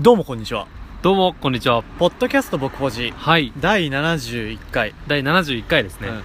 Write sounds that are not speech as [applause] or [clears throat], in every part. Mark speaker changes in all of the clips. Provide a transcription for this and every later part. Speaker 1: どうもこんにちは。
Speaker 2: どうも、こんにちは。
Speaker 1: ポッドキャスト僕ポジ
Speaker 2: はい。
Speaker 1: 第71回。
Speaker 2: 第71回ですね。
Speaker 1: うん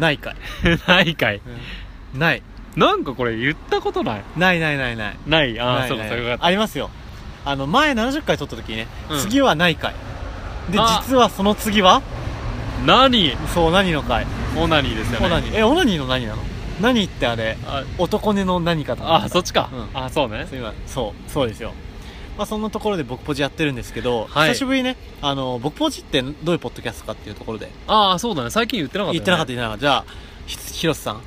Speaker 1: ない回。
Speaker 2: [laughs] ない回。
Speaker 1: ない。
Speaker 2: なんかこれ言ったことない
Speaker 1: ないないないない。
Speaker 2: ない。あ
Speaker 1: な
Speaker 2: あ、
Speaker 1: い
Speaker 2: そうか、
Speaker 1: ない
Speaker 2: そうかよかっ
Speaker 1: ありますよ。あの、前70回撮った時にね、
Speaker 2: うん
Speaker 1: 次はない回。で、
Speaker 2: あ
Speaker 1: 実はその次は、
Speaker 2: た。何
Speaker 1: そう、何の回。
Speaker 2: オナニーですよね。
Speaker 1: オナニー。え、オナニーの何なの何ってあれ、
Speaker 2: あ、
Speaker 1: 男根の何かだ
Speaker 2: あ、そっちか
Speaker 1: うん。
Speaker 2: あ、そうね
Speaker 1: す。いませんそうそうですよまあそんなところで僕ポジやってるんですけど、
Speaker 2: はい
Speaker 1: 久しぶりにねあの僕ポジってどういうポッドキャストかっていうところで
Speaker 2: ああ、そうだね。最近言ってなかった。
Speaker 1: 言ってなかった。言ってなかったじゃあひひろしさん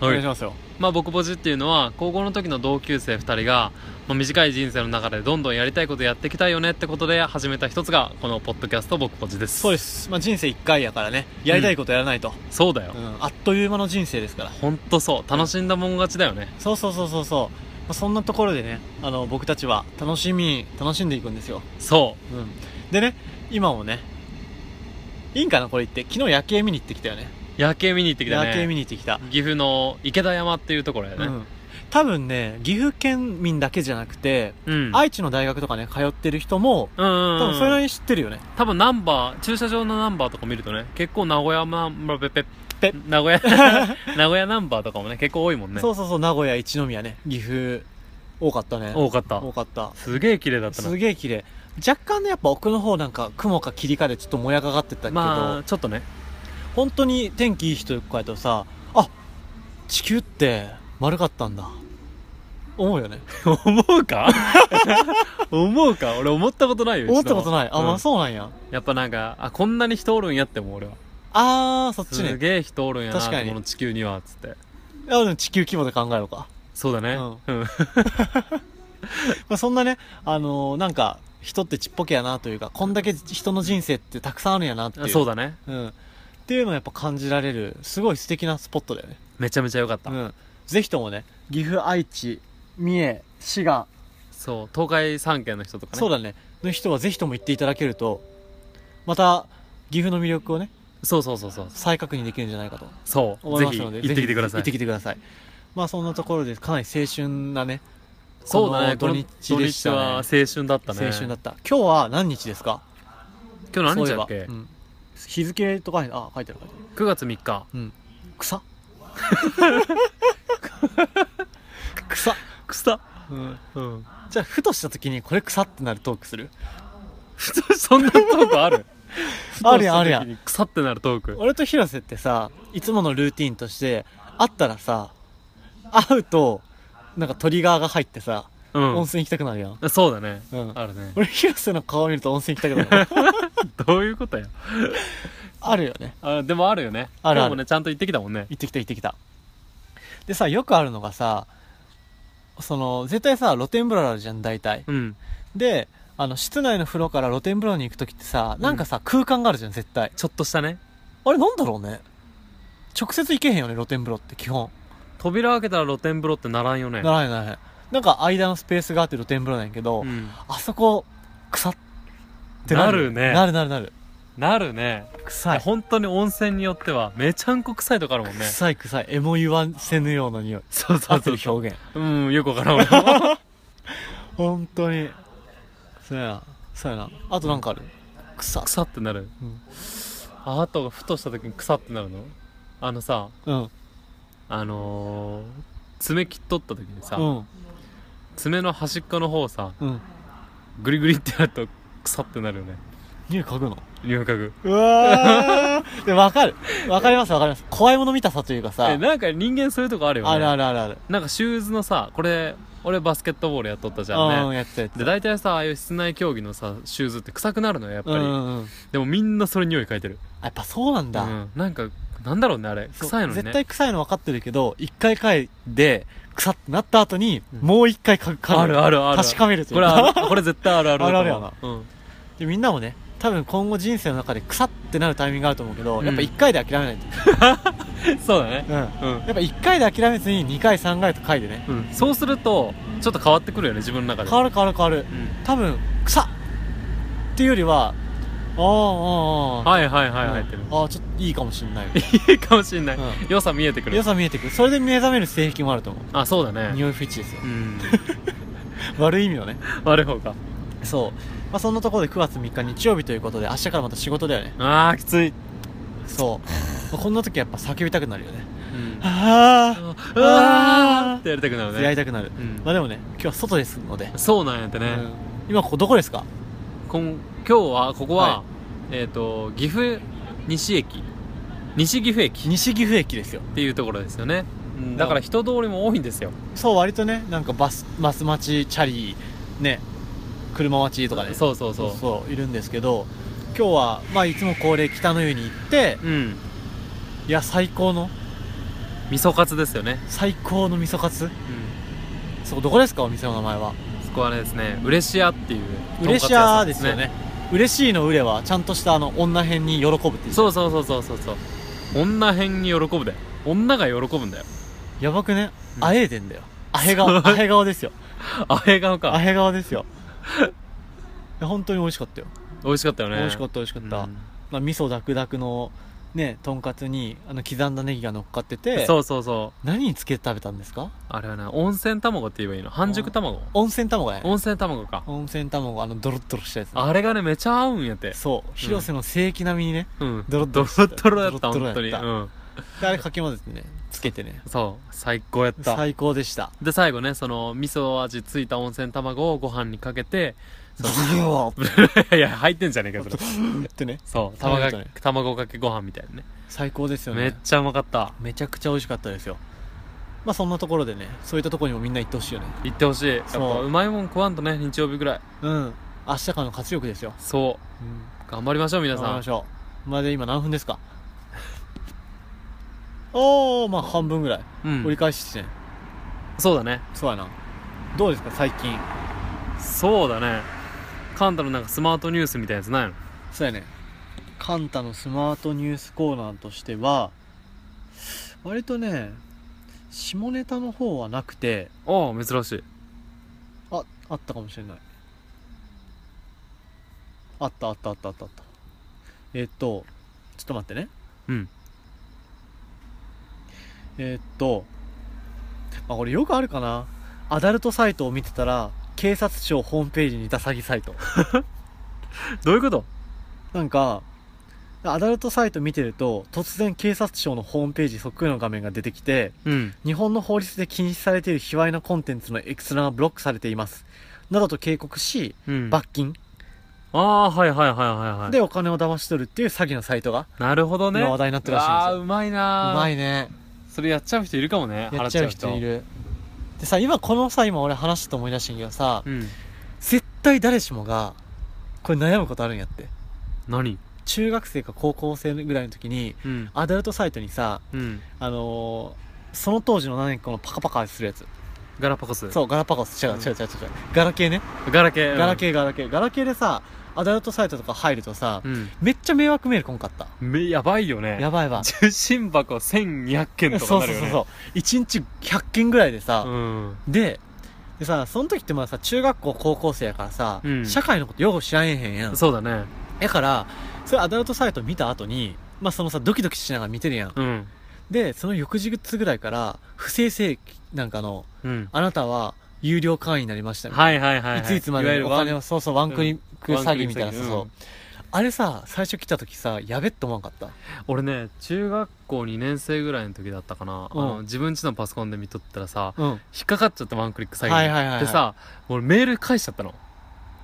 Speaker 1: お願いしますよ
Speaker 2: まあ、僕ポジっていうのは、高校の時の同級生2人が、まあ、短い人生の中でどんどんやりたいことやっていきたいよねってことで始めた一つが、このポッドキャスト僕ポジです。。
Speaker 1: そうですす、まあ、人生1回やからねやりたいことやらないと、
Speaker 2: そうだよ
Speaker 1: う。んあっという間の人生ですから
Speaker 2: ほんとそう。楽しんだもん勝ちだよね。
Speaker 1: そうそうそうそうそう、まあ、そんなところでねあの僕たちは楽しみ楽しんでいくんですよ、
Speaker 2: そ
Speaker 1: うん、でね今もねいいんかなこれ言って昨日夜景見に行ってきたよね
Speaker 2: う。夜景見に行ってきたね。
Speaker 1: 夜景見に行ってきた
Speaker 2: 岐阜の池田山っていうところや
Speaker 1: う
Speaker 2: ね。
Speaker 1: ん、多分ね岐阜県民だけじゃなくて、
Speaker 2: うん。
Speaker 1: 愛知の大学とかね通ってる人も
Speaker 2: うんうんうん。
Speaker 1: 多分それなりに知ってるよね、
Speaker 2: 多分ナンバー、駐車場のナンバーとか見るとね、結構名古屋ナンバー、ペペ、
Speaker 1: ペ [laughs]
Speaker 2: 名古屋、名古屋ナンバーとかもね、結構多いもんね。
Speaker 1: そうそうそう名古屋一宮ね岐阜多かったね
Speaker 2: 多かった
Speaker 1: 多。かった
Speaker 2: すげえ綺麗だった
Speaker 1: す
Speaker 2: な。
Speaker 1: げえ綺麗若干ねやっぱ奥の方なんか雲か霧かでちょっともやがかってたけど、
Speaker 2: まあ、ちょっとね。
Speaker 1: 本当に天気いい日とかやとさあ地球って丸かったんだ思うよね
Speaker 2: 思
Speaker 1: [laughs]
Speaker 2: うか思うか俺思ったことないよ。
Speaker 1: 思ったことないあ、
Speaker 2: あ、
Speaker 1: まあそうなんや
Speaker 2: やっぱなんか、あ、こんなに人おるんやって思う俺は。
Speaker 1: あーそっち
Speaker 2: す
Speaker 1: ね
Speaker 2: げえ人おるんやな、
Speaker 1: 確かに
Speaker 2: この地球には、つって。
Speaker 1: あでも地球規模で考えようか
Speaker 2: そうだね。
Speaker 1: う
Speaker 2: うん。
Speaker 1: まあ、そんなね、あのーなんか、人ってちっぽけやなというか、こんだけ人の人生ってたくさんあるんやなってい
Speaker 2: あ
Speaker 1: う。
Speaker 2: そうだね。
Speaker 1: うん。っていうのをやっぱ感じられる、すごい素敵なスポットだよね。
Speaker 2: めちゃめちゃ良かった
Speaker 1: う。ん。ぜひともね、岐阜、愛知、三重、滋賀、
Speaker 2: そう、東海三県の人とかね。
Speaker 1: そう
Speaker 2: だ。
Speaker 1: だね、の人はぜひとも行っていただけると、また、岐阜の魅力をね、
Speaker 2: そうそうそうそう。
Speaker 1: 再確認できるんじゃないかと
Speaker 2: そう。
Speaker 1: 思い
Speaker 2: ぜ
Speaker 1: ま
Speaker 2: ひ、
Speaker 1: す
Speaker 2: 行
Speaker 1: の
Speaker 2: っ
Speaker 1: で、
Speaker 2: てきてくださ
Speaker 1: ぜひ行って
Speaker 2: い。
Speaker 1: きてください。まあそんなところで、かなり青春なね、
Speaker 2: そうだね、
Speaker 1: こ
Speaker 2: こ
Speaker 1: の
Speaker 2: の
Speaker 1: 土日でしたね
Speaker 2: 土日は青春だったね。
Speaker 1: 青春だった。今日は何日ですか
Speaker 2: 今日何日だっ
Speaker 1: そういえ
Speaker 2: け
Speaker 1: ばうん日付とかに、あ、書いてある書いてある。
Speaker 2: ?9 月3日。
Speaker 1: 草草、
Speaker 2: [laughs] 草。
Speaker 1: うん、
Speaker 2: うん。
Speaker 1: じゃあふとした時にこれ草ってなるトークする
Speaker 2: 普通 [laughs] そんなトークある
Speaker 1: [laughs] あるやんあるやん。
Speaker 2: 草ってなるトーク。
Speaker 1: 俺と広瀬ってさいつものルーティンとして会ったらさ会うとなんかトリガーが入ってさ、温
Speaker 2: う
Speaker 1: 泉行きたくなるやん
Speaker 2: ん。そうだね。
Speaker 1: うん
Speaker 2: あるね。
Speaker 1: 俺広瀬の顔見ると温泉行きたくなる
Speaker 2: どういうことや。
Speaker 1: あるよね
Speaker 2: あでもあるよね。
Speaker 1: あるある
Speaker 2: 今日もね、ちゃんと行ってきたもんね。
Speaker 1: 行ってきた行ってきたでさよくあるのがさその絶対さ露天風呂あるじゃん大体
Speaker 2: うん。
Speaker 1: であの室内の風呂から露天風呂に行く時ってさなんかさ、空間があるじゃん絶対
Speaker 2: ちょっとしたね。
Speaker 1: あれなんだろうね直接行けへんよね露天風呂って基本
Speaker 2: 扉開けたら露天風呂ってならんよね。
Speaker 1: ならへんならへんなんか間のスペースがあって露天風呂なんやけど、
Speaker 2: うん。
Speaker 1: あそこ草ってなる
Speaker 2: なるね
Speaker 1: なるなるなる
Speaker 2: なるね。
Speaker 1: 臭い
Speaker 2: 本当に温泉によっては、めちゃんこ臭いとかあるもんね。
Speaker 1: 臭い臭いえも言わせぬような匂い
Speaker 2: そう
Speaker 1: 合
Speaker 2: そう
Speaker 1: って
Speaker 2: そう
Speaker 1: る。表現
Speaker 2: うん、よくわからん
Speaker 1: [laughs]
Speaker 2: わ。
Speaker 1: 本当にそうやなそうやなあとなんかある草
Speaker 2: 草ってなる。
Speaker 1: うん
Speaker 2: ああと、ふとした時に草ってなるのあのさ、
Speaker 1: うん
Speaker 2: あのー、爪切っとった時にさ、
Speaker 1: うん
Speaker 2: 爪の端っこの方さ
Speaker 1: うん
Speaker 2: グリグリってやると腐ってなるよね
Speaker 1: 匂い嗅ぐの
Speaker 2: 匂い嗅ぐ
Speaker 1: うわー [laughs] でわかるわかりますわかります怖いもの見たさというかさ
Speaker 2: えなんか人間そういうとこあるよね
Speaker 1: あるあるあるある
Speaker 2: なんかシューズのさこれ俺バスケットボールやっとったじゃ
Speaker 1: うんん
Speaker 2: ね
Speaker 1: やってたやってた
Speaker 2: で大体さああいう室内競技のさシューズって臭くなるのよやっぱり、
Speaker 1: うんうんうん
Speaker 2: でもみんなそれ匂い嗅いでる
Speaker 1: あやっぱそうなんだ、
Speaker 2: うん、なんかなんだろうねあれ
Speaker 1: そう
Speaker 2: 臭いのにね
Speaker 1: 絶対臭いの分かってるけど一回嗅いで臭ってなった後に、
Speaker 2: うん
Speaker 1: もう一回嗅ぐ嗅ぐ
Speaker 2: あるあるある
Speaker 1: 確かめるとい
Speaker 2: こ
Speaker 1: う
Speaker 2: れ
Speaker 1: か [laughs]
Speaker 2: あるこれ絶対あるあるだと思う
Speaker 1: あるあるやでみんなもね多分今後人生の中で臭ってなるタイミングがあると思うけど、
Speaker 2: うん
Speaker 1: やっぱ一回で諦めないと、
Speaker 2: うんそうだね
Speaker 1: うん、や
Speaker 2: うん、
Speaker 1: っぱ一回で諦めずに二回三回と嗅いでね
Speaker 2: うん、そうするとちょっと変わってくるよね自分の中で
Speaker 1: 変わる変わる変わる
Speaker 2: うん
Speaker 1: 多分臭っっていうよりはあーあーあー
Speaker 2: はいはいはい
Speaker 1: うん
Speaker 2: 入ってる
Speaker 1: あーちょっといいかもしんない
Speaker 2: いいかもしんない、
Speaker 1: うん
Speaker 2: 良さ見えてくる
Speaker 1: 良さ見えてくるそれで目覚める性癖もあると思う
Speaker 2: あそうだね
Speaker 1: [laughs] 匂い不一致ですよ
Speaker 2: うん
Speaker 1: 悪い意味のね
Speaker 2: 悪い方か
Speaker 1: そう、まあ、そんなところで9月3日日曜日ということで明日からまた仕事だよね
Speaker 2: ああきつい、
Speaker 1: そう、まあこんな時やっぱ叫びたくなるよね
Speaker 2: うん、あ
Speaker 1: あ
Speaker 2: ーあーってやりたくなる
Speaker 1: あやり
Speaker 2: ね
Speaker 1: たくなる、
Speaker 2: うん
Speaker 1: まあでもね今日は外ですので、
Speaker 2: そうなんやってね、
Speaker 1: うん今ここどこですか
Speaker 2: こん今日はここは、
Speaker 1: は
Speaker 2: えっ、と岐阜西駅西岐阜駅っ
Speaker 1: 西岐阜駅ですよ
Speaker 2: ていうところですよね、うんだから人通りも多いんですよ
Speaker 1: そう割とねなんかバスバス待ちチャリね車待ちとかね
Speaker 2: そうそうそう
Speaker 1: そうそういるんですけど今日はまあいつも恒例北の湯に行って
Speaker 2: うん
Speaker 1: いや最高の
Speaker 2: 味噌カツですよね、
Speaker 1: 最高の味噌カツ
Speaker 2: うん、
Speaker 1: そうどこですかお店の名前は
Speaker 2: そこはねですね嬉し屋っていうとんか
Speaker 1: 嬉
Speaker 2: つ
Speaker 1: し
Speaker 2: 屋さ
Speaker 1: や
Speaker 2: ん
Speaker 1: ですよね嬉しいのうれはちゃんとしたあの女編に喜ぶっていう
Speaker 2: そうそうそうそうそうそう女編に喜ぶで女が喜ぶんだよ
Speaker 1: やばくね
Speaker 2: うん
Speaker 1: あえいでんだよあへ顔
Speaker 2: そう
Speaker 1: あへ顔
Speaker 2: [laughs]
Speaker 1: ですよ
Speaker 2: あれ顔
Speaker 1: あ
Speaker 2: か
Speaker 1: へ顔ですよいや本当に美味しかったよ、
Speaker 2: 美味しかったよね
Speaker 1: 美味しかったた美味しかった、まあ、味噌ダクダクのねとんかつにあの刻んだネギが乗っかってて
Speaker 2: そうそうそう
Speaker 1: 何につけて食べたんですか
Speaker 2: あれはね温泉卵って言えばいいの半熟卵
Speaker 1: 温泉卵だよね
Speaker 2: 温泉卵か
Speaker 1: 温泉卵あのドロッドロしたやつね
Speaker 2: あれがねめちゃ合うんやて
Speaker 1: そう広瀬の正規並みにね、
Speaker 2: うん
Speaker 1: ドロッドロ
Speaker 2: ドロドロやった
Speaker 1: ドロッドロや
Speaker 2: 本
Speaker 1: っ
Speaker 2: 当
Speaker 1: た
Speaker 2: にうん
Speaker 1: であれかき混ぜてねつけてね
Speaker 2: そう最高やった
Speaker 1: 最高でした
Speaker 2: で最後ねその味噌味ついた温泉卵をご飯にかけて
Speaker 1: ブ
Speaker 2: そ
Speaker 1: [laughs] ワー
Speaker 2: ういや入ってんじゃねえかそれ
Speaker 1: ってね
Speaker 2: そう
Speaker 1: 食
Speaker 2: 卵
Speaker 1: べ
Speaker 2: か
Speaker 1: るとね
Speaker 2: 卵かけご飯みたいなね
Speaker 1: 最高ですよ
Speaker 2: めっ
Speaker 1: ね
Speaker 2: ちゃうまかった
Speaker 1: めちゃくちゃ美味しかったですよまあそんなところでねそういったところにもみんな行ってほしいよね
Speaker 2: 行ってほしいやっぱ
Speaker 1: そう
Speaker 2: うまいもん食わんとね日曜日ぐらい
Speaker 1: うん明日からの活力ですよ、
Speaker 2: そ
Speaker 1: うん、
Speaker 2: う頑張りましょう皆
Speaker 1: 頑張り
Speaker 2: さ
Speaker 1: ま
Speaker 2: ん
Speaker 1: しょうまあで今何分です [laughs] かおーまあ半分ぐらい、
Speaker 2: うん
Speaker 1: 折り返し地点
Speaker 2: そうだね
Speaker 1: そうやなどうですか最近
Speaker 2: そうだねカンタのなんかスマートニュースみたいなやつないの
Speaker 1: そうやねカンタのスマートニュースコーナーとしては割とね下ネタの方はなくて
Speaker 2: おお珍しい
Speaker 1: ああったかもしれないあったあったあったあったあったえーっとちょっと待ってね
Speaker 2: うん
Speaker 1: えーっとあこれよくあるかなアダルトサイトを見てたら警察庁ホームページにいた詐欺サイト
Speaker 2: どういうこと
Speaker 1: なんか、アダルトサイト見てると、突然警察庁のホームページそっくりの画面が出てきて、
Speaker 2: うん
Speaker 1: 日本の法律で禁止されている卑猥なコンテンツの閲覧がブロックされています。などと警告し、
Speaker 2: うん
Speaker 1: 罰金
Speaker 2: ああはいはいはいはいはい
Speaker 1: でお金を騙し取るっていう詐欺のサイトが、
Speaker 2: なるほどね
Speaker 1: 今話題になってるらしいんですよ
Speaker 2: あうまいな
Speaker 1: うま
Speaker 2: い
Speaker 1: いね。
Speaker 2: それやっちゃう人いるかもね
Speaker 1: やっちゃう人い
Speaker 2: る
Speaker 1: る。でさ、今このさ、今俺話したと思い出したんやけどさ、
Speaker 2: うん
Speaker 1: 絶対誰しもが、これ悩むことあるんやって。
Speaker 2: 何
Speaker 1: 中学生か高校生ぐらいの時に、
Speaker 2: うん
Speaker 1: アダルトサイトにさ、
Speaker 2: うん
Speaker 1: あのーその当時の何かのパカパカするやつ。
Speaker 2: ガラパコス
Speaker 1: そう、ガラパゴス。違う、
Speaker 2: うん
Speaker 1: 違う、違う、違う。ガラケーね。
Speaker 2: うガラケー
Speaker 1: ガラケー、ガラケー。ガラケーでさ、アダルトサイトとか入るとさ
Speaker 2: う、ん
Speaker 1: めっちゃ迷惑メールこんかった。
Speaker 2: うんめやばいよね
Speaker 1: やばいわ。
Speaker 2: 受信箱1200件とか
Speaker 1: そう
Speaker 2: に
Speaker 1: そ
Speaker 2: な
Speaker 1: う
Speaker 2: る
Speaker 1: そう
Speaker 2: よね
Speaker 1: そう。1日100件ぐらいでさ、
Speaker 2: うん
Speaker 1: で、でさ、その時ってまださ、中学校、高校生やからさ
Speaker 2: う、ん
Speaker 1: 社会のことよく知らえへんやん。
Speaker 2: そうだね
Speaker 1: だから、それアダルトサイト見た後に、まあそのさ、ドキドキしながら見てるやん。
Speaker 2: うん
Speaker 1: で、その翌日ぐらいから、不正請なんかの、
Speaker 2: うん
Speaker 1: あなたは有料会員になりましたみたいな
Speaker 2: はいはいはい
Speaker 1: いついつま
Speaker 2: わ
Speaker 1: で
Speaker 2: ゆ
Speaker 1: に
Speaker 2: る
Speaker 1: お
Speaker 2: ワ
Speaker 1: 金
Speaker 2: ン
Speaker 1: を、そうそう、ワンクリック
Speaker 2: うん
Speaker 1: 詐欺みたいな、
Speaker 2: ワンクリック詐欺
Speaker 1: そうそう
Speaker 2: うん
Speaker 1: あれさ、最初来た時さ、やべって思わんかった。
Speaker 2: 俺ね中学校2年生ぐらいの時だったかな、
Speaker 1: うん
Speaker 2: あの自分家のパソコンで見とったらさ
Speaker 1: うん。
Speaker 2: 引っかかっちゃってワンクリック詐欺に、
Speaker 1: はいはいはいはい
Speaker 2: でさ俺メール返しちゃったの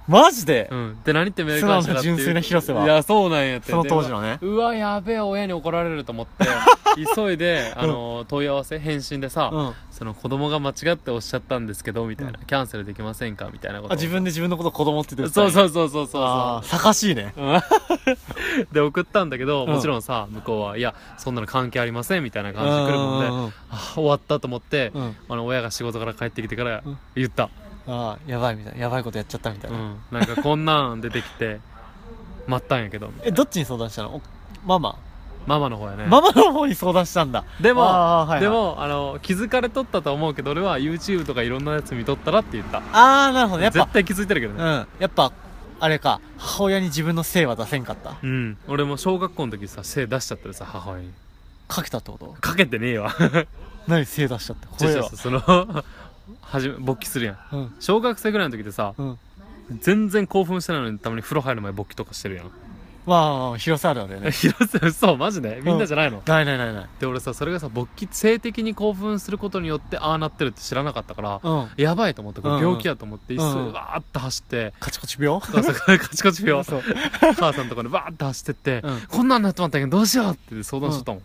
Speaker 1: マジで
Speaker 2: うんで何ってメール返したかってい
Speaker 1: 素直な
Speaker 2: う
Speaker 1: 純粋な広瀬はい
Speaker 2: やそうなんやって
Speaker 1: その当時のね
Speaker 2: で。うわやべえ親に怒られると思って
Speaker 1: [laughs]
Speaker 2: 急いであの問い合わせ返信でさ、
Speaker 1: うん。あ、
Speaker 2: その子供が間違っておっしゃったんですけどみたいな、
Speaker 1: う
Speaker 2: キャンセルできませんかみたいなこと
Speaker 1: 自分で自分のこと子供って言って。
Speaker 2: そうそううそうそうそうそう
Speaker 1: ああ、さかしいね。
Speaker 2: で送ったんだけど、
Speaker 1: うん
Speaker 2: もちろんさ向こうはいやそんなの関係ありませんみたいな感じで来るもんで、
Speaker 1: うん
Speaker 2: あ終わったと思って、
Speaker 1: うん。うん
Speaker 2: あの親が仕事から帰ってきてから
Speaker 1: うん
Speaker 2: 言った、
Speaker 1: ああ、やばいみたいな。やばいことやっちゃったみたいうな。
Speaker 2: ん、なんかこんなん出てきて待ったんやけど
Speaker 1: え、どっちに相談したのおママ。
Speaker 2: ママの方やね、
Speaker 1: ママの方に相談したんだ。
Speaker 2: でも、
Speaker 1: あーはいはい
Speaker 2: でもあの気づかれとったと思うけど俺は YouTube とかいろんなやつ見とったらって言った
Speaker 1: ああ、なるほど。やっぱ
Speaker 2: 絶、対気づいてるけど
Speaker 1: うん。
Speaker 2: ね
Speaker 1: やっぱ、あれか、母親に自分の性は出せんかった。
Speaker 2: うん、俺も小学校の時さ背出しちゃったでさ母親に
Speaker 1: かけたってこと
Speaker 2: かけてねえ [laughs] わ
Speaker 1: 何性出しちゃって。
Speaker 2: 違
Speaker 1: 声
Speaker 2: う違う
Speaker 1: は。
Speaker 2: そのはじめ勃起するや
Speaker 1: う
Speaker 2: ん
Speaker 1: ん。
Speaker 2: 小学生ぐらいの時でさ
Speaker 1: うん。
Speaker 2: 全然興奮してないのにたまに風呂入る前勃起とかしてるやん
Speaker 1: まあ広さあるあるよね
Speaker 2: 広瀬嘘マジでみんなじゃないの、
Speaker 1: ないないないない
Speaker 2: で俺さそれがさ勃起性的に興奮することによってああなってるって知らなかったから、
Speaker 1: うん
Speaker 2: やばいと思ってこ
Speaker 1: うんう
Speaker 2: れ
Speaker 1: ん
Speaker 2: 病気やと思って一
Speaker 1: うんう
Speaker 2: 層
Speaker 1: ん
Speaker 2: わーって走って、
Speaker 1: カチコチ病
Speaker 2: 母さんからカチカチ病
Speaker 1: そう
Speaker 2: 母さんとかでわーって走ってって、
Speaker 1: うん
Speaker 2: こんなんなってまったんやけどどうしようって相談しとったもん、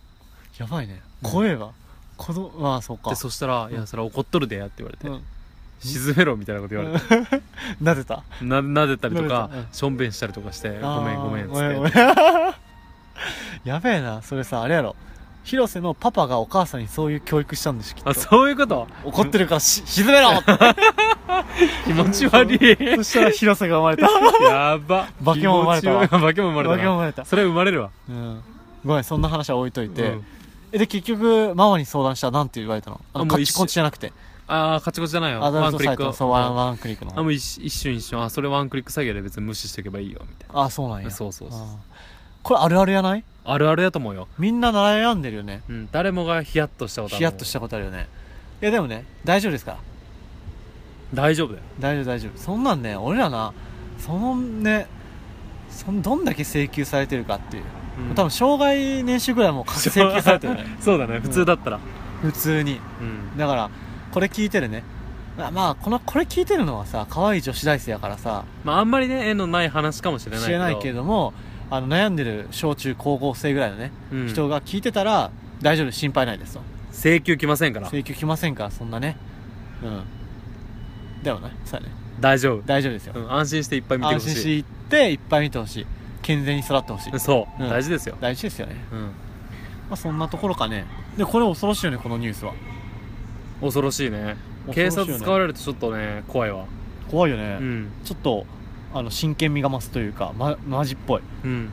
Speaker 1: やばいね
Speaker 2: うん
Speaker 1: 怖えわ子供まあそうか
Speaker 2: でそしたら「いやそれ怒っとるでや」って言われて、
Speaker 1: うん
Speaker 2: 沈めろみたいなこと言われて、
Speaker 1: [laughs] なでた
Speaker 2: な撫でたりと
Speaker 1: 撫でたう
Speaker 2: か
Speaker 1: ん
Speaker 2: しょんべんしたりとかして「ごめんごめん」っ
Speaker 1: あ
Speaker 2: つ
Speaker 1: ーごめんごめん
Speaker 2: って
Speaker 1: やべえなそれさあれやろ広瀬のパパがお母さんにそういう教育したんでしょきっと
Speaker 2: あそういうこと
Speaker 1: 怒ってるからし沈めろ
Speaker 2: [laughs] 気持ち悪い
Speaker 1: そしたら広瀬が生まれ [laughs] た
Speaker 2: やば
Speaker 1: 化け物生まれたわ
Speaker 2: 気持ち悪い [laughs] 化け物生まれた
Speaker 1: 化
Speaker 2: な
Speaker 1: け物生まれた
Speaker 2: それ生まれるわ
Speaker 1: うんごめんそんな話は置いといて、
Speaker 2: うん
Speaker 1: えで結局ママに相談したらなんて言われたのあ
Speaker 2: あ
Speaker 1: の
Speaker 2: もう
Speaker 1: カ
Speaker 2: 一
Speaker 1: チ
Speaker 2: 緒
Speaker 1: コチじゃなくて
Speaker 2: ああカチコチじゃないよ
Speaker 1: アダ
Speaker 2: ワ
Speaker 1: ル
Speaker 2: ン
Speaker 1: ト
Speaker 2: クリ
Speaker 1: サ
Speaker 2: ッ
Speaker 1: イ
Speaker 2: ク
Speaker 1: トのそうワンワンクリックの
Speaker 2: あもう一一瞬一瞬あそれワンクリック詐欺で別に無視していけばいいよみたい
Speaker 1: あそうなんや
Speaker 2: なそうそうそう
Speaker 1: あーこれあるあるやない
Speaker 2: あるあるやと思うよ、
Speaker 1: みんな悩んでるよね
Speaker 2: うん、誰もがヒヤッとしたことある
Speaker 1: ヒヤッとしたことあるよねいやでもね大丈夫ですから
Speaker 2: 大丈夫だよ
Speaker 1: 大丈夫大丈夫そんなんね俺らなそのねそんどんだけ請求されてるかっていう、
Speaker 2: うん
Speaker 1: 多分障害年収ぐらいもう請求されてる
Speaker 2: [laughs]
Speaker 1: ね
Speaker 2: そうだね普通だったら
Speaker 1: 普通に
Speaker 2: うん
Speaker 1: だからこれ聞いてるねまあまあこのこれ聞いてるのはさ可愛い女子大生やからさ
Speaker 2: まああんまりね縁のない話かもしれないけど
Speaker 1: 知れないけれどもあの悩んでる小中高校生ぐらいのね、
Speaker 2: うん
Speaker 1: 人が聞いてたら大丈夫です心配ないですと
Speaker 2: 請求来ませんから
Speaker 1: 請求来ませんからそんなねうんだよねそうやね
Speaker 2: 大丈夫
Speaker 1: 大丈夫ですよ、
Speaker 2: うん安心していっぱい見てほ
Speaker 1: 安
Speaker 2: しい
Speaker 1: 心していっていっぱい見てほしい健全に育ってほしい
Speaker 2: そう、
Speaker 1: うん
Speaker 2: 大事ですよ、
Speaker 1: 大事ですよね
Speaker 2: うん、
Speaker 1: まあそんなところかねでこれ恐ろしいよねこのニュースは
Speaker 2: 恐ろしいね警
Speaker 1: 恐ろしい
Speaker 2: 察
Speaker 1: よね
Speaker 2: 使われるとちょっとね怖いわ
Speaker 1: 怖いよね、
Speaker 2: うん
Speaker 1: ちょっとあの真剣味が増すというか、ま、マジっぽいっ
Speaker 2: うん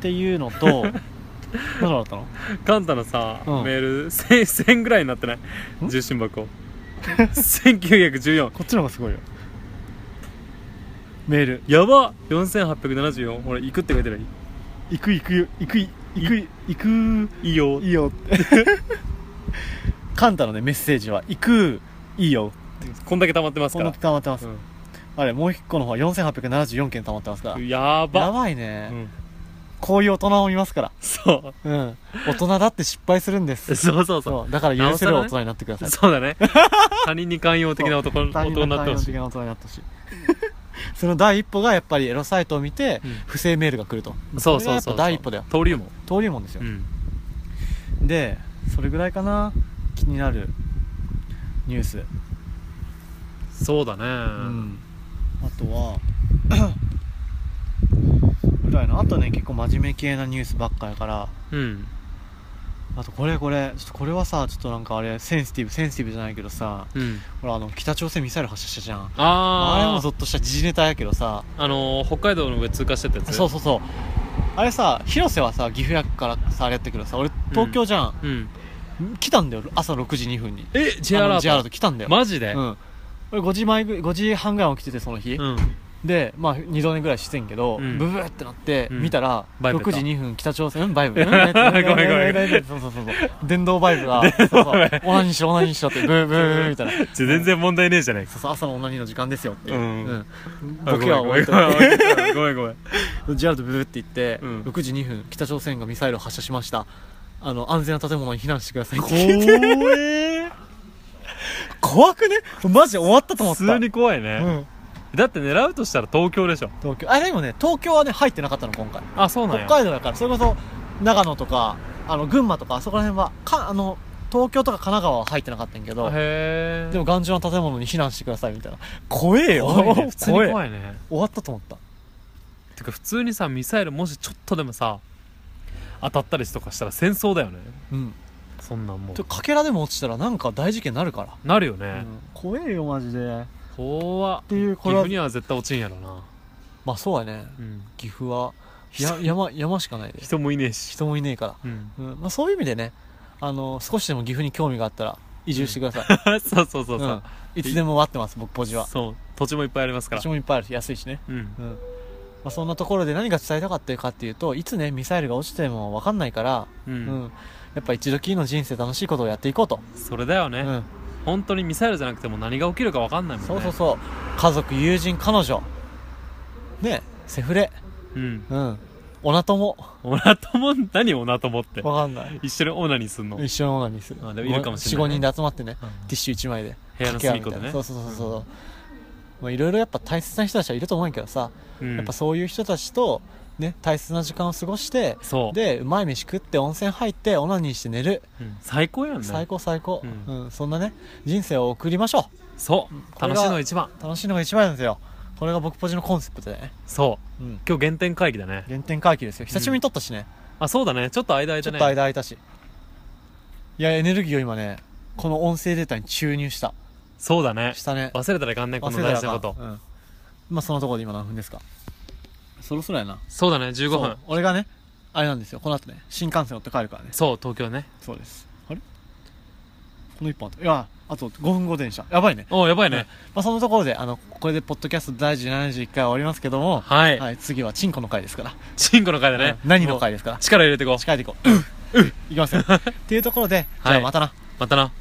Speaker 1: ていうの
Speaker 2: [laughs]
Speaker 1: となんだったの
Speaker 2: カンタのさ、
Speaker 1: うん
Speaker 2: メール1000 1000ぐらいになってない
Speaker 1: ん
Speaker 2: 受信箱1914
Speaker 1: こっちの方がすごいよメール
Speaker 2: やば4874俺行くって書いてない
Speaker 1: 行く行くよ行く行く行く
Speaker 2: いいよ
Speaker 1: いいよって [laughs] カンタのねメッセージは「行くいいよ
Speaker 2: こんだけ溜まってま」す
Speaker 1: そ
Speaker 2: か
Speaker 1: んな
Speaker 2: ら
Speaker 1: 溜まってます、あれもう一個の方は4874件溜まってますから
Speaker 2: うんや
Speaker 1: や
Speaker 2: ば
Speaker 1: ばいね、
Speaker 2: うん
Speaker 1: こういう大人を見ますから
Speaker 2: そ
Speaker 1: うん大人だって失敗するんで
Speaker 2: う [laughs]
Speaker 1: す
Speaker 2: そうそうそ
Speaker 1: [laughs] そうだから許せる大人になってくださ
Speaker 2: う
Speaker 1: い
Speaker 2: そう
Speaker 1: [laughs]
Speaker 2: だね他人に寛容的な男大人になってほしい
Speaker 1: 大人になってほしいその第一歩がやっぱりエロサイトを見て
Speaker 2: うん
Speaker 1: 不正メールが来ると
Speaker 2: そう
Speaker 1: それが
Speaker 2: そ
Speaker 1: や
Speaker 2: う
Speaker 1: っ
Speaker 2: そ
Speaker 1: ぱ
Speaker 2: う
Speaker 1: 第一歩だよ
Speaker 2: 登竜門
Speaker 1: 登竜門ですよ
Speaker 2: う、ん
Speaker 1: でそれぐらいかな気になるニュース
Speaker 2: そうだね
Speaker 1: うんあとは [clears throat] ぐらいのあとね結構真面目系なニュースばっかやから
Speaker 2: うん
Speaker 1: あとこれこれちょっとこれはさちょっとなんかあれセンシティブセンシティブじゃないけどさ
Speaker 2: うん
Speaker 1: ほらあの北朝鮮ミサイル発射したじゃんあれも
Speaker 2: あ
Speaker 1: ゾ
Speaker 2: ー
Speaker 1: ッとした時事ネタやけどさ
Speaker 2: あのー北海道の上通過してったやつ
Speaker 1: そうそうそうあれさ広瀬はさ岐阜やからさあれやったけどさ俺東京じゃん、
Speaker 2: うん
Speaker 1: 来たんだよ朝6時2分に
Speaker 2: え J ア
Speaker 1: あ
Speaker 2: ラ
Speaker 1: の J アラ
Speaker 2: ー
Speaker 1: ート来たんだ
Speaker 2: ト
Speaker 1: よ、
Speaker 2: マジで
Speaker 1: うん俺5時前ぐ5時半ぐらい起きててその日、
Speaker 2: うん
Speaker 1: でまあ二度寝ぐらいしてんけど、
Speaker 2: うん
Speaker 1: ブブーってなって、
Speaker 2: うん
Speaker 1: 見たら
Speaker 2: バイブ
Speaker 1: 6
Speaker 2: やった
Speaker 1: 時2分北朝鮮うんバイブ
Speaker 2: [laughs] ごめんごめんごめ
Speaker 1: んそうそうそ
Speaker 2: [laughs]
Speaker 1: うそう電動バイブがそうそうオナニーしろオナニーしろってブーブーブーみたいな
Speaker 2: じゃ全然問題ねえじゃないか
Speaker 1: そうそう朝のオナニーの時間ですよっていう、
Speaker 2: うん
Speaker 1: 僕は
Speaker 2: ご
Speaker 1: 置
Speaker 2: め
Speaker 1: い
Speaker 2: ん
Speaker 1: と
Speaker 2: ごめ
Speaker 1: いて
Speaker 2: んごめんごめん
Speaker 1: ジェラートブブって言って、
Speaker 2: うん
Speaker 1: 6時2分北朝鮮がミサイルを発射しましたあの安全な建物に避難してくださいって
Speaker 2: 怖え
Speaker 1: [laughs] 怖くねマジで終わったと思
Speaker 2: 普
Speaker 1: った
Speaker 2: 通に怖いうね
Speaker 1: ん
Speaker 2: だって狙うとしたら東京でしょ
Speaker 1: 東京あでもね東京はね入ってなかったの今回
Speaker 2: あそうなん
Speaker 1: 北
Speaker 2: や
Speaker 1: 海道だからそれこそ長野とかあの群馬とかあそこら辺はかあの東京とか神奈川は入ってなかったんやけど
Speaker 2: へえ
Speaker 1: でも頑丈な建物に避難してくださいみたいな怖えよ
Speaker 2: 怖い
Speaker 1: [laughs]
Speaker 2: ね普通に
Speaker 1: え
Speaker 2: 怖いね
Speaker 1: 終わったと思った
Speaker 2: てか普通にさミサイルもしちょっとでもさ当たったりとかしたら戦争だよね
Speaker 1: うん
Speaker 2: そんなんも
Speaker 1: と
Speaker 2: う
Speaker 1: かけらでも落ちたらなんか大事件になるか
Speaker 2: なるよ
Speaker 1: ら、う
Speaker 2: ね
Speaker 1: ん怖えよマジで
Speaker 2: 怖っ
Speaker 1: っていう
Speaker 2: 岐
Speaker 1: これは
Speaker 2: 阜には絶対落ちんやろな
Speaker 1: まあそうやね
Speaker 2: うん
Speaker 1: 岐阜はや山山しかないで
Speaker 2: 人もいねえし
Speaker 1: 人もいねえから、
Speaker 2: うん
Speaker 1: うんまあ、そういう意味でねあの少しでも岐阜に興味があったら移住してください、
Speaker 2: そうそうそううんそう
Speaker 1: いつでも待ってます僕ポジは
Speaker 2: そう土地もいっぱいあります
Speaker 1: 土
Speaker 2: から
Speaker 1: 地もいっぱいあるし安いしね
Speaker 2: うん
Speaker 1: うんまあ、そんなところで何が伝えたかったかっていうといつねミサイルが落ちても分かんないから、
Speaker 2: う
Speaker 1: うん
Speaker 2: ん
Speaker 1: やっぱ一度きりの人生楽しいことをやっていこうと、
Speaker 2: それだよ
Speaker 1: う
Speaker 2: ね
Speaker 1: ん
Speaker 2: 本当にミサイルじゃなくても何が起きるか分かんないもんね
Speaker 1: そうそうそう家族友人彼女ねセフレ
Speaker 2: うん
Speaker 1: うんオナ友
Speaker 2: オナ友何オナ友って
Speaker 1: わかんない
Speaker 2: 一緒にオナニーすんの
Speaker 1: 一緒のオナにする
Speaker 2: あでもいるかもしれない
Speaker 1: 45人で集まってね
Speaker 2: うん
Speaker 1: ティッシュ1枚で
Speaker 2: 部屋の隅っこでね
Speaker 1: 掛け合うみたいなそうそうそうそう、まあ、いろいろやっぱ大切な人たちはいると思うんやけどさ、
Speaker 2: うん
Speaker 1: やっぱそういう人たちとね大切な時間を過ごして
Speaker 2: そう
Speaker 1: でうまい飯食って温泉入ってオナニーして寝る
Speaker 2: うん最高やんね
Speaker 1: 最高最高、
Speaker 2: う
Speaker 1: うんそんなね人生を送りましょ
Speaker 2: そう
Speaker 1: これ
Speaker 2: 楽
Speaker 1: が
Speaker 2: しいのが一番
Speaker 1: う楽しいのが一番なんですよこれが僕ポジのコンセプトでね、
Speaker 2: そう
Speaker 1: うん、
Speaker 2: 今日原点会議だね
Speaker 1: 原点回帰ですよ久しぶりに撮ったしね、
Speaker 2: あそうだねちょっと間空い
Speaker 1: ちょっ
Speaker 2: たね
Speaker 1: と間空いたしいやエネルギーを今ねこの音声データに注入した
Speaker 2: そうだね
Speaker 1: したね
Speaker 2: 忘れたらいかんねこの大事なこ
Speaker 1: 忘
Speaker 2: と
Speaker 1: れたらあかんうんまあそのところで今何分ですかそろそろやな
Speaker 2: そうだね15
Speaker 1: そ
Speaker 2: 分
Speaker 1: う俺がねあれなんですよこの後ね新幹線乗って帰るからね
Speaker 2: そう東京ね
Speaker 1: そうですあれこの1本あといやあと5分後電車やばいね
Speaker 2: おやばい
Speaker 1: うん
Speaker 2: ね
Speaker 1: まあ、そのところであのこれでポッドキャスト第71回終わりますけども、
Speaker 2: はい、
Speaker 1: はい、次はチンコの回ですから、
Speaker 2: チンコの回だね、
Speaker 1: うん何の
Speaker 2: も
Speaker 1: 回ですか
Speaker 2: う力入れてこ
Speaker 1: ら
Speaker 2: う [laughs]
Speaker 1: 近いでいこううんうんいきますよっていうところでじゃあまたな、
Speaker 2: またな